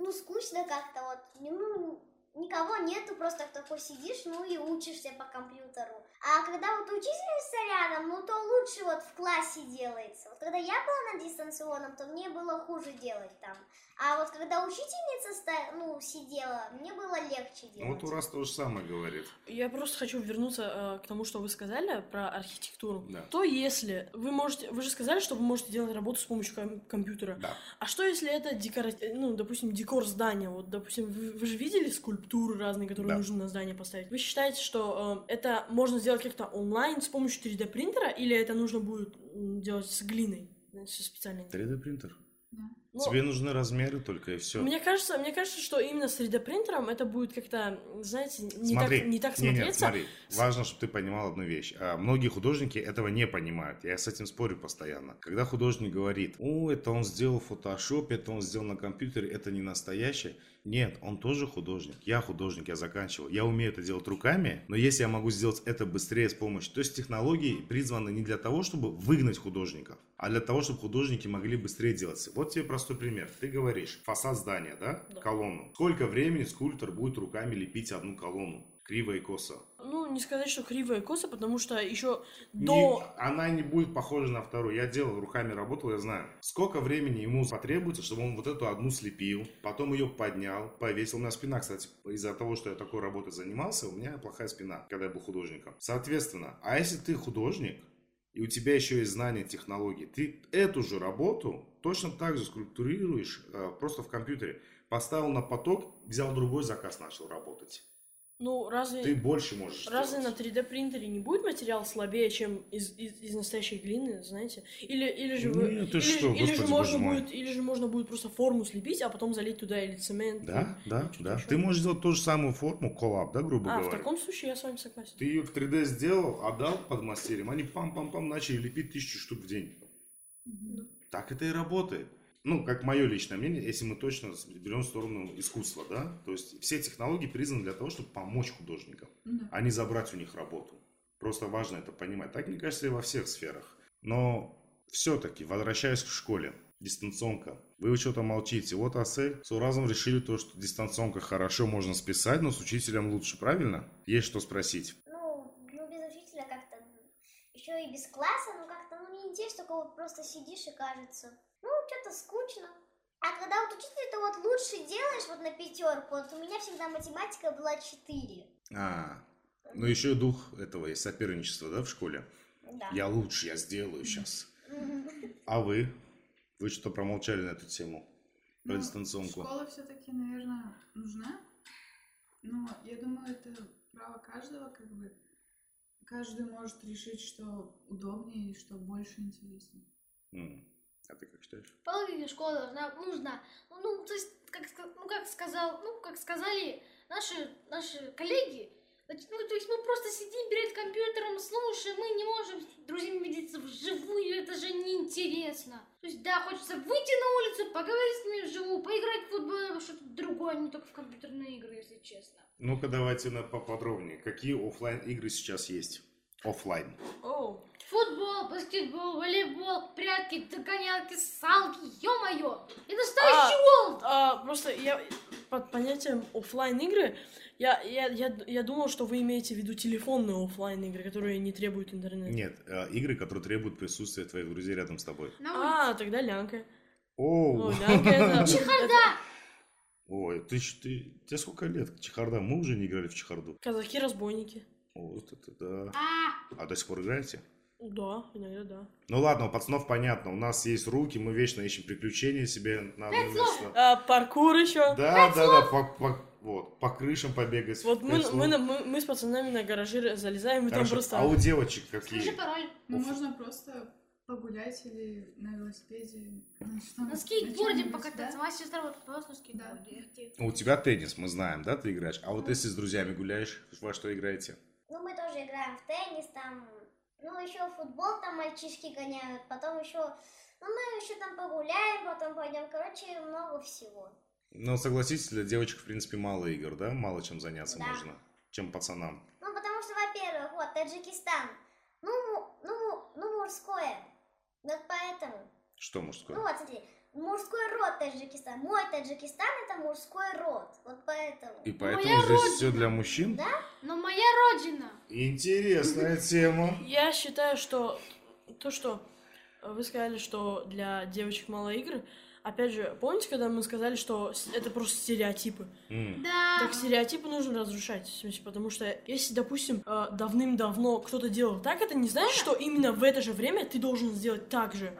C: ну скучно как-то вот. Не- Ну, никого нету, просто такой сидишь, ну и учишься по компьютеру. А когда вот учительница рядом, ну то лучше вот в классе делается. Вот когда я была на дистанционном, то мне было хуже делать там. А вот когда учительница ста- ну, сидела, мне было легче делать.
D: Ну, вот Урас то же самое говорит.
B: я просто хочу вернуться э, к тому, что вы сказали про архитектуру.
D: Да.
B: То если вы можете, вы же сказали, что вы можете делать работу с помощью ком- компьютера.
D: Да.
B: А что если это декора- э, ну, допустим, декор здания? Вот, допустим, вы, вы же видели скульптуры разные, которые
D: Да.
B: нужно на здание поставить. Вы считаете, что э, это можно сделать как-то онлайн с помощью 3D принтера, или это нужно будет м, делать с глиной? э, со специальной?
D: 3D принтер.
E: Да.
B: Ну,
D: Тебе нужны размеры только и все.
B: Мне кажется, мне кажется, что именно с 3D принтером это будет как-то, знаете, не
D: Смотри,
B: так не так
D: Не,
B: смотреться.
D: нет, смотри, важно, чтобы ты понимал одну вещь. А, Многие художники этого не понимают. Я с этим спорю постоянно. Когда художник говорит, о, это он сделал в фотошопе, это он сделал на компьютере, это не настоящее. Нет, он тоже художник. Я художник, я заканчивал. Я умею это делать руками, но если я могу сделать это быстрее с помощью... То есть технологии призваны не для того, чтобы выгнать художников, а для того, чтобы художники могли быстрее делать. Вот тебе простой пример. Ты говоришь, фасад здания, да?
B: Да.
D: Колонну. Сколько времени скульптор будет руками лепить одну колонну? Криво и косо.
B: Ну, не сказать, что кривая коса, потому что еще
D: Не-
B: до...
D: она не будет похожа на вторую. Я делал, руками работал, я знаю. Сколько времени ему потребуется, чтобы он вот эту одну слепил, потом ее поднял, повесил. У меня спина, кстати, из-за того, что я такой работой занимался, у меня плохая спина, когда я был художником. Соответственно, а если ты художник, и у тебя еще есть знания технологий, ты эту же работу точно так же скульптурируешь э, просто в компьютере. Поставил на поток, взял другой заказ, начал работать.
B: Ну, разве...
D: Ты больше можешь
B: Разве на
D: сделать.
B: 3D принтере не будет материал слабее, чем из, из, из настоящей глины, знаете? Или, или же вы.
D: Ну, ты
B: или,
D: что,
B: же- или же
D: господи,
B: можно
D: боже мой.
B: будет, или же можно будет просто форму слепить, а потом залить туда или цемент.
D: Да,
B: и-
D: да,
B: и что-то
D: да.
B: ещё.
D: Ты можешь сделать ту же самую форму, коллап, да, грубо
B: А, в
D: говоря.
B: таком случае я с вами согласен.
D: Ты ее в 3D сделал, отдал под мастерем, они пам-пам-пам начали лепить тысячу штук в день. Так это и работает. Ну, как мое личное мнение, если мы точно с- берем сторону искусства, да, то есть все технологии призваны для того, чтобы помочь художникам,
E: Да.
D: а не забрать у них работу. Просто важно это понимать. Так, мне кажется, и во всех сферах. Но все-таки, возвращаясь к школе, дистанционка. Вы вы что-то молчите. Вот Асель с Уразом решили то, что дистанционка хорошо можно списать, но с учителем лучше, правильно? Есть что спросить.
C: Ну, ну без учителя как-то. Еще и без класса, ну как-то, ну не интересно, только вот просто сидишь и кажется. Ну, что-то скучно. А когда вот учитель, ты вот лучше делаешь вот на пятерку. Вот у меня всегда математика была 4.
D: А, ну еще и дух этого есть, соперничество, да, в школе?
C: Да.
D: Я лучше, я сделаю сейчас.
C: Мгм.
D: А вы? Вы что промолчали на эту тему? Про
E: Ну,
D: дистанционку.
E: Школа все-таки, наверное, нужна. Но я думаю, это право каждого, как бы. Каждый может решить, что удобнее и что больше интереснее.
D: М. А ты как считаешь?
A: По логике школа должна, нужна. Ну, ну, то есть, как, ска- ну, как сказал, ну, как сказали наши, наши коллеги, значит, ну, то есть мы просто сидим перед компьютером, слушаем, мы не можем с друзьями видеться вживую, это же неинтересно. То есть, да, хочется выйти на улицу, поговорить с ними вживую, поиграть в футбол, а что-то другое, не только в компьютерные игры, если честно.
D: Ну-ка давайте на поподробнее. Какие оффлайн игры сейчас есть? Оффлайн.
B: Оу.
A: Футбол, баскетбол, волейбол, прятки, догонялки, салки, ё-моё! И настоящий волк!
B: А, просто я под понятием оффлайн игры я, я, я, я думал, что вы имеете в виду телефонные оффлайн игры, которые не требуют интернета.
D: Нет, э, игры, которые требуют присутствия твоих друзей рядом с тобой.
B: А, тогда лянка. Ну,
D: Оу.
B: лянка
D: <laughs>
B: это. это-
D: Ой, ты, ж- ты, тебе сколько лет? Чехарда. Мы уже не играли в чехарду.
B: Казаки-разбойники.
D: О, Вот это да.
A: А,
D: А до сих пор играете?
B: Да, иногда да.
D: Ну ладно, у пацанов понятно, у нас есть руки, мы вечно ищем приключения себе на одно место.
B: А, паркур еще.
D: Да, да, да, по, по- вот, по крышам побегать.
B: Вот мы,
D: пять слов.
B: мы, на- мы, мы с пацанами на гаражи залезаем, и там
D: ну. Хорошо,
B: просто...
D: А у девочек
A: скажи
D: какие?
A: пароль.
E: Ну,
D: Уф.
E: можно просто погулять или на велосипеде. На, что-
A: На
E: на
A: скейтборде
E: чем-нибудь,
A: покататься.
E: да.
A: Моя сестра вот каталась на скейтборде.
D: У тебя теннис, мы знаем, да, ты играешь? А вот
C: Да.
D: если с друзьями гуляешь, во что играете?
C: Ну, мы тоже играем в теннис, там, ну, еще в футбол там мальчишки гоняют, потом еще, ну, мы еще там погуляем, потом пойдем, короче, много всего.
D: Ну, согласитесь, для девочек, в принципе, мало игр, да? Мало чем заняться
C: Да.
D: можно, чем пацанам.
C: Ну, потому что, во-первых, вот, Таджикистан, ну, ну, ну, мужское, вот поэтому,
D: Что
C: ну,
D: мужское?
C: вот, смотри, мужской род Таджикистан, мой Таджикистан это мужской род, вот поэтому.
D: И поэтому
A: моя
D: здесь все
A: родина.
D: для мужчин?
C: Да?
A: Но моя родина.
D: Интересная тема.
B: Я считаю, что то, что вы сказали, что для девочек мало игр, опять же, помните, когда мы сказали, что с- это просто стереотипы?
D: М.
A: Да.
B: Так стереотипы нужно разрушать, в смысле, потому что если, допустим, э, давным-давно кто-то делал так, это не значит, что именно в это же время ты должен сделать так же.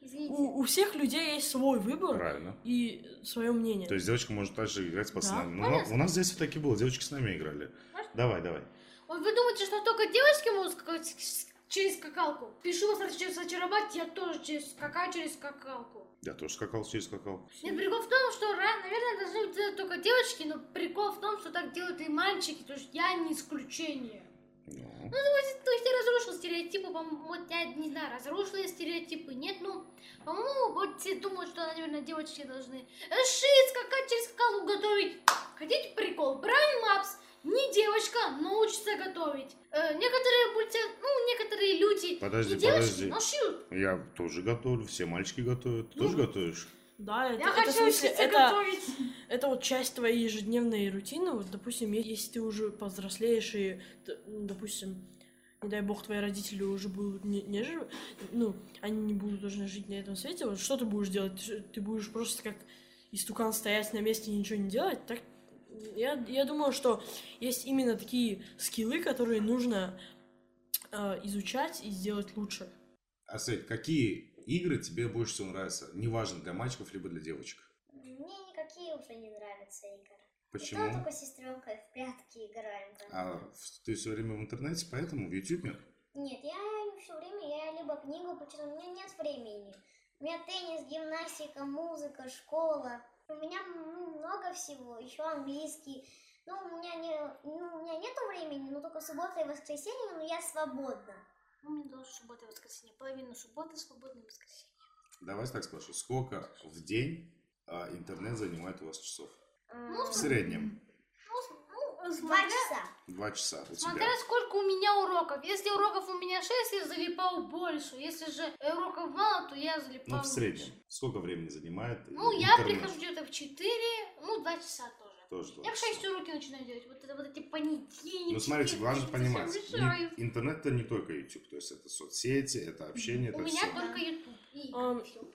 A: Извините.
B: У, у всех людей есть свой выбор
D: Правильно.
B: и свое мнение.
D: То есть девочка может также играть с
B: Да,
D: пацанами. Ну, у нас- у нас здесь все таки было, девочки с нами играли.
A: Можно?
D: Давай, давай.
A: Ой, вы думаете, что только девочки могут скакать с- через скакалку? Пишу вас раз- через очаровать, я тоже через скакаю через скакалку.
D: Я тоже скакал, все скакал.
A: Нет, прикол в том, что, ра- наверное, должны э, делать только девочки, но прикол в том, что так делают и мальчики, то есть я не исключение.
D: Ну,
A: То есть я разрушил стереотипы, по-моему, вот я не знаю, разрушила я стереотипы, нет, ну, по-моему, вот все думают, что, наверное, девочки должны э, шить, скакать через скалу, готовить. Хотите прикол? Брайан Мапс не девочка, но учится готовить. Э, некоторые мульти- ну, некоторые люди,
D: Подожди,
A: не девочки,
D: подожди.
A: но шьют.
D: Я тоже готовлю, все мальчики готовят. Ты тоже готовишь?
B: Да, это,
A: Я
B: это, в
A: хочу
B: смысле,
A: учиться
B: это,
A: готовить.
B: это вот часть твоей ежедневной рутины. Вот, допустим, е- если ты уже повзрослеешь и, д- допустим, не дай бог, твои родители уже будут не, не жи- ну, они не будут должны жить на этом свете, вот что ты будешь делать? Ты ж- Ты будешь просто как истукан стоять на месте и ничего не делать? Так, я, я думаю, что есть именно такие скиллы, которые нужно э, изучать и сделать лучше.
D: А, Свет, какие игры тебе больше всего нравятся? Неважно, для мальчиков либо для девочек.
C: Мне никакие уже не нравятся игры. И то
D: Почему?
C: только с сестренкой в прятки играем. там.
D: А в- ты все время в интернете, поэтому в YouTube?
C: Нет, я все время, я либо книгу почитаю, у меня нет времени. У меня теннис, гимнастика, музыка, школа. У меня м, много всего, еще английский. Ну, у меня, не, ну, у меня нету времени, но только суббота и воскресенье, но я свободна.
A: У меня тоже Ну, суббота и воскресенье, половина субботы, свободное воскресенье.
D: Давайте так спрошу. Сколько в день а, интернет занимает у вас часов?
C: Ну,
D: В среднем.
A: Ну, с- ну,
C: Два
A: смотря-
C: часа.
D: Два часа у тебя.
A: Смотря сколько у меня уроков. Если уроков у меня 6, я залипал больше. Если же уроков мало, то я залипал
D: Ну, в среднем.
A: меньше.
D: Сколько времени занимает
A: Ну, я
D: интернет?
A: прихожу где-то в 4, ну, 2 часа тоже.
D: Тоже два
A: Я в
D: часа.
A: 6 уроки начинаю делать. Вот это вот эти понедельники.
D: Ну, смотрите, важно
A: это
D: понимать,
A: всё
D: не-
A: мешает.
D: интернет это не только YouTube, то есть это соцсети, это общение,
A: У
D: это
A: меня
D: все.
C: Да.
A: только YouTube. И
B: Ам,
A: всё.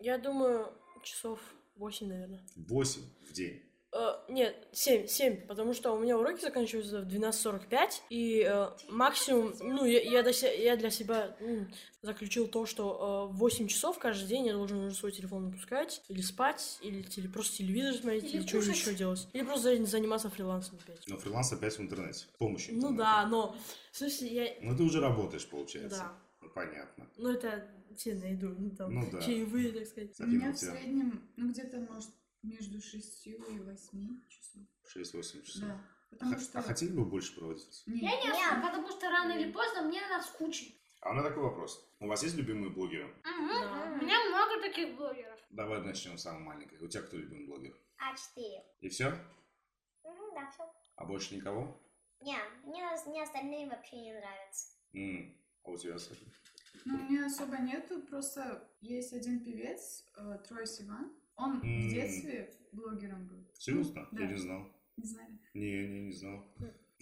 B: Я думаю, часов 8, наверное.
D: Восемь в день.
B: Э, нет, 7, 7, потому что у меня уроки заканчиваются в 12.45, и э, максимум, ну, я, я до се- я для себя м, заключил то, что э, в 8 часов каждый день я должен уже свой телефон выпускать, или спать, или теле- просто телевизор смотреть,
A: Или
B: или, что
A: кушать.
B: еще делать. Или просто за- заниматься фрилансом опять.
D: Но фриланс опять в интернете. С помощью
B: Ну
D: интернета.
B: да, но, в смысле, я...
D: Ну ты уже работаешь, получается.
B: Да.
D: Ну понятно.
B: Ну это все найду, ну там,
D: Ну да.
B: чаевые, так сказать.
E: У
D: Кстати,
E: меня
D: вот
E: в
D: я
E: среднем, ну где-то, может, между шестью и восьми часов.
D: 6-8 часов.
E: Да.
D: А,
E: Потому
D: х-
E: что...
D: а хотели бы больше проводить?
E: Нет.
A: Я не
C: Я-
A: особо, потому что рано или поздно мне она скучит.
D: А у меня такой вопрос. У вас есть любимые блогеры?
A: Мгм.
B: Да.
A: У меня много таких блогеров.
D: Давай начнем с самого маленького. У тебя кто любимый блогер?
C: А, А4.
D: И все?
C: Мгм, да, все.
D: А больше никого?
C: Не, мне, мне остальные вообще не нравятся.
D: М, А у тебя, Саша?
E: Ну, у меня особо нету, просто есть один певец, э, Трой Сиван.
D: М.
E: Он в детстве блогером был.
D: Серьезно?
E: Да.
D: Я не знал.
E: Не знали?
D: Не, не, не знал.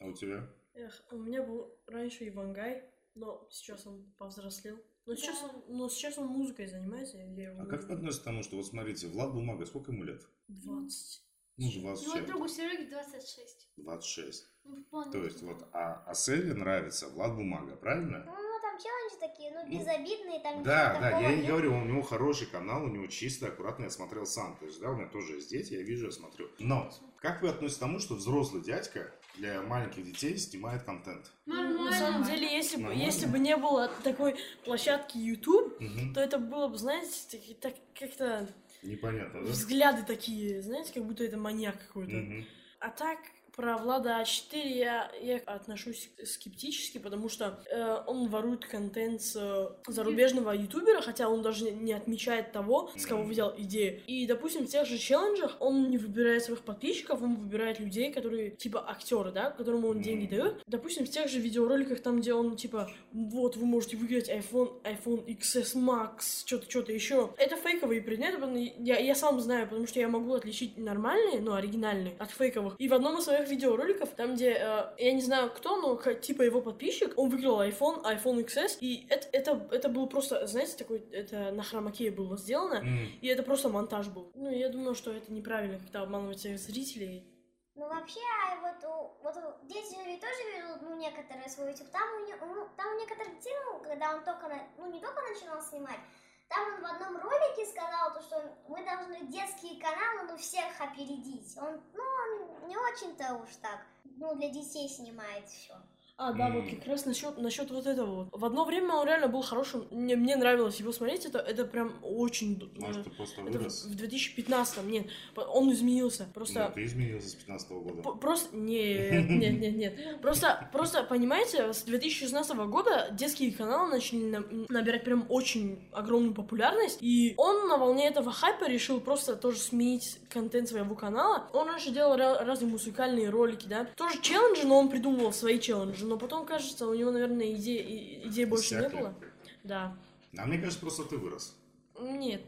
D: А у тебя?
B: Эх, у меня был раньше Ивангай, но сейчас он повзрослел. Но сейчас
A: Да.
B: он, но сейчас он музыкой занимается, я его
D: А как вы
B: люблю.
D: относитесь к тому, что вот смотрите, Влад Бумага, сколько ему лет?
B: 20.
D: Ну, 20
A: Его
D: чем-то.
A: другу Сереге 26.
D: 26.
A: Ну, вполне.
D: То есть вот, а Аселе нравится Влад Бумага, правильно?
C: Ну, там челленджи такие, ну,
D: Ну,
C: безобидные, там
D: Да,
C: ничего
D: да,
C: такого
D: я и
C: нет.
D: говорю, у него хороший канал, у него чистый, аккуратно я смотрел сам. То есть, да, у меня тоже есть дети, я вижу, я смотрю. Но, как вы относитесь к тому, что взрослый дядька для маленьких детей снимает контент?
B: Ну, на самом
A: Нормально.
B: деле, если бы,
D: Нормально.
B: если бы не было такой площадки YouTube,
D: Мгм.
B: то это было бы, знаете, таки- так, как-то
D: Непонятно, да?
B: взгляды такие, знаете, как будто это маньяк какой-то.
D: Мгм.
B: А так, про Влада А4 я, я отношусь скептически, потому что э, он ворует контент с э, зарубежного ютубера, хотя он даже не отмечает того, с кого
D: Мгм.
B: взял идею. И, допустим, в тех же челленджах он не выбирает своих подписчиков, он выбирает людей, которые, типа, актеры, да, которым он деньги
D: Мгм.
B: дает. Допустим, в тех же видеороликах, там, где он, типа, вот, вы можете выиграть iPhone, iPhone XS Max, что-то, что-то еще. Это фейковые предметы, потому- я, я сам знаю, потому что я могу отличить нормальные, ну, оригинальные от фейковых. И в одном из своих видеороликов, там, где, э, я не знаю кто, но, ка- типа, его подписчик, он выиграл iPhone, iPhone XS, и это, это, это был просто, знаете, такой, это на хромаке было сделано,
D: М.
B: и это просто монтаж был. Ну, я думаю, что это неправильно, когда обманывать своих зрителей.
C: Ну вообще, а вот, у- вот у- дети же тоже ведут, ну, некоторые свой YouTube. Там у, не- у- там у некоторых детей, ну, когда он только, на- ну, не только начинал снимать, там он в одном ролике сказал, то, что мы должны детские каналы, ну, всех опередить. Он, ну, он не очень-то уж так, ну, для детей снимает все.
B: А, да, вот
D: М.
B: как раз насчет, насчет вот этого. вот. В одно время он реально был хорошим. Мне, мне нравилось его смотреть. Это, это прям очень... д-
D: Может,
B: э,
D: ты просто
B: это в-
D: вырос?
B: в 2015 нет, по- он изменился.
D: Да,
B: Просто
D: ты изменился с 15 года.
B: П- Просто... Нет, нет, нет, нет. Просто, просто, понимаете, с 2016 года детские каналы начали на- набирать прям очень огромную популярность, и он на волне этого хайпа решил просто тоже сменить контент своего канала. Он раньше делал ра- разные музыкальные ролики, да, тоже челленджи, но он придумывал свои челленджи, но потом, кажется, у него, наверное, идеи, и- идей больше не
D: Иссякли.
B: было. Да.
D: А мне кажется, просто ты вырос.
B: Нет.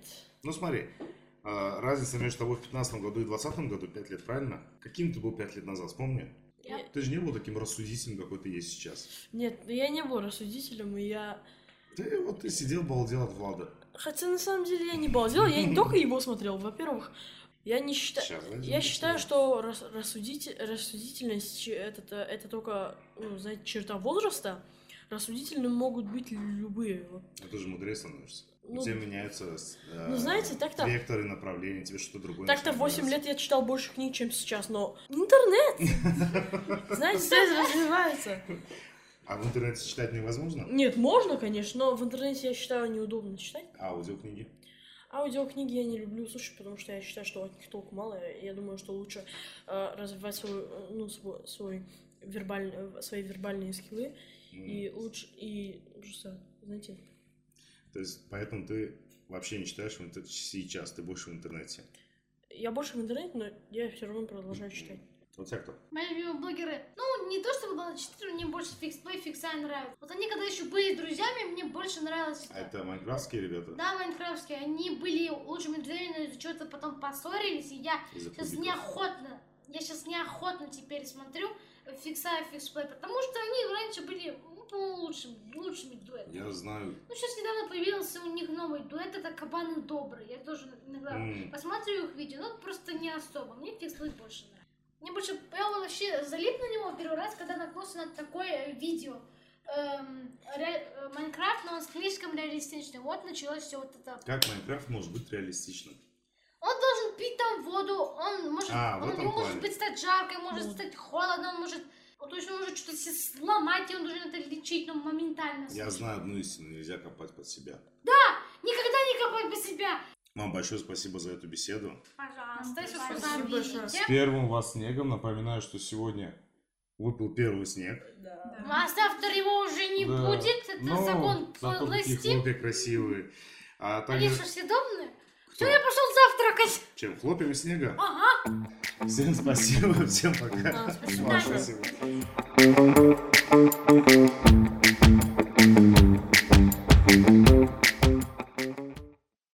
D: Ну смотри, а, разница между тобой в 15 году и 20 году 5 лет, правильно? Каким ты был 5 лет назад, вспомни?
B: Я-
D: Ты же не был таким рассудительным, какой ты есть сейчас.
B: Нет, я не был рассудителем, и я...
D: Ты вот ты сидел, балдел от Влада.
B: Хотя на самом деле я не балдела, я не только его смотрел. Во-первых, я не считаю.
D: Сейчас,
B: Я считаю, что рас- рассудите- рассудительность че- это, то- это только, ну, знаете, черта возраста. Рассудительны могут быть любые. вот.
D: Ты же мудрее становишься.
B: Ну,
D: У тебя меняются э,
B: ну, знаете, так-то-
D: векторы направления, тебе что-то другое.
B: Так-то
D: начинает
B: 8
D: нравиться.
B: лет я читал больше книг, чем сейчас, но интернет! Знаете, связь развивается.
D: <laughs> А в интернете читать невозможно?
B: Нет, можно, конечно, но в интернете я считаю неудобно читать.
D: А Аудиокниги.
B: Аудиокниги я не люблю слушать, потому что я считаю, что от них толку мало. Я думаю, что лучше э, развивать свой, э, ну, свой, свой вербаль- э, свои вербальные скиллы.
D: М.
B: И лучше, и просто, знаете,
D: То есть, поэтому ты вообще не читаешь в интер- сейчас, ты больше в интернете.
B: я больше в интернете, но я все равно продолжаю читать.
D: У тебя кто?
A: Мои любимые блогеры, ну, не то чтобы было 4, мне больше фиксплей, фикса А нравится. Вот они когда еще были друзьями, мне больше нравилось
D: А
A: это.
D: это майнкрафтские ребята?
A: Да, майнкрафтские, они были лучшими друзьями, но что-то потом поссорились, и я
D: Из-за
A: сейчас
D: кубиков.
A: неохотно, я сейчас неохотно теперь смотрю фикса и фиксплей, потому что они раньше были ну, лучшими, лучшими дуэтами.
D: Я знаю.
A: Ну, сейчас недавно появился у них новый дуэт, это Кабаны Добрые, я тоже иногда
D: М.
A: Посматриваю их видео, но просто не особо. Мне фиксплейт больше нравится. Мне больше... Я вообще залип на него первый раз, когда наткнулся на такое видео. Эм, ре- э, Майнкрафт, но он слишком реалистичный. Вот началось все вот это.
D: Как Майнкрафт может быть реалистичным?
A: Он должен пить там воду, он может...
D: А, в
A: он,
D: этом
A: ему
D: плане.
A: может быть стать жарко, может
B: Ну.
A: стать холодно, он может... Он точно может что-то себе сломать, и он должен это лечить, но моментально.
D: Я знаю одну истину, нельзя копать под себя.
A: Никогда не копай по себя!
D: Вам большое спасибо за эту беседу.
A: Пожалуйста, если
E: Спасибо
A: что-то
B: большое.
A: обидите.
D: первым вас снегом. Напоминаю, что сегодня выпил первый снег.
E: Да.
A: А завтра его уже не
D: Да.
A: будет, это
D: Но
A: закон
D: зато какие
A: власти.
D: хлопья красивые. А
A: Они
D: также
A: что, съедобные?
D: кто?
A: Все, Ну, я пошел завтракать.
D: чем хлопьями снега.
A: Ага.
D: Всем спасибо, всем пока.
B: А, спасибо.
D: Вам
A: Спасибо.
D: спасибо.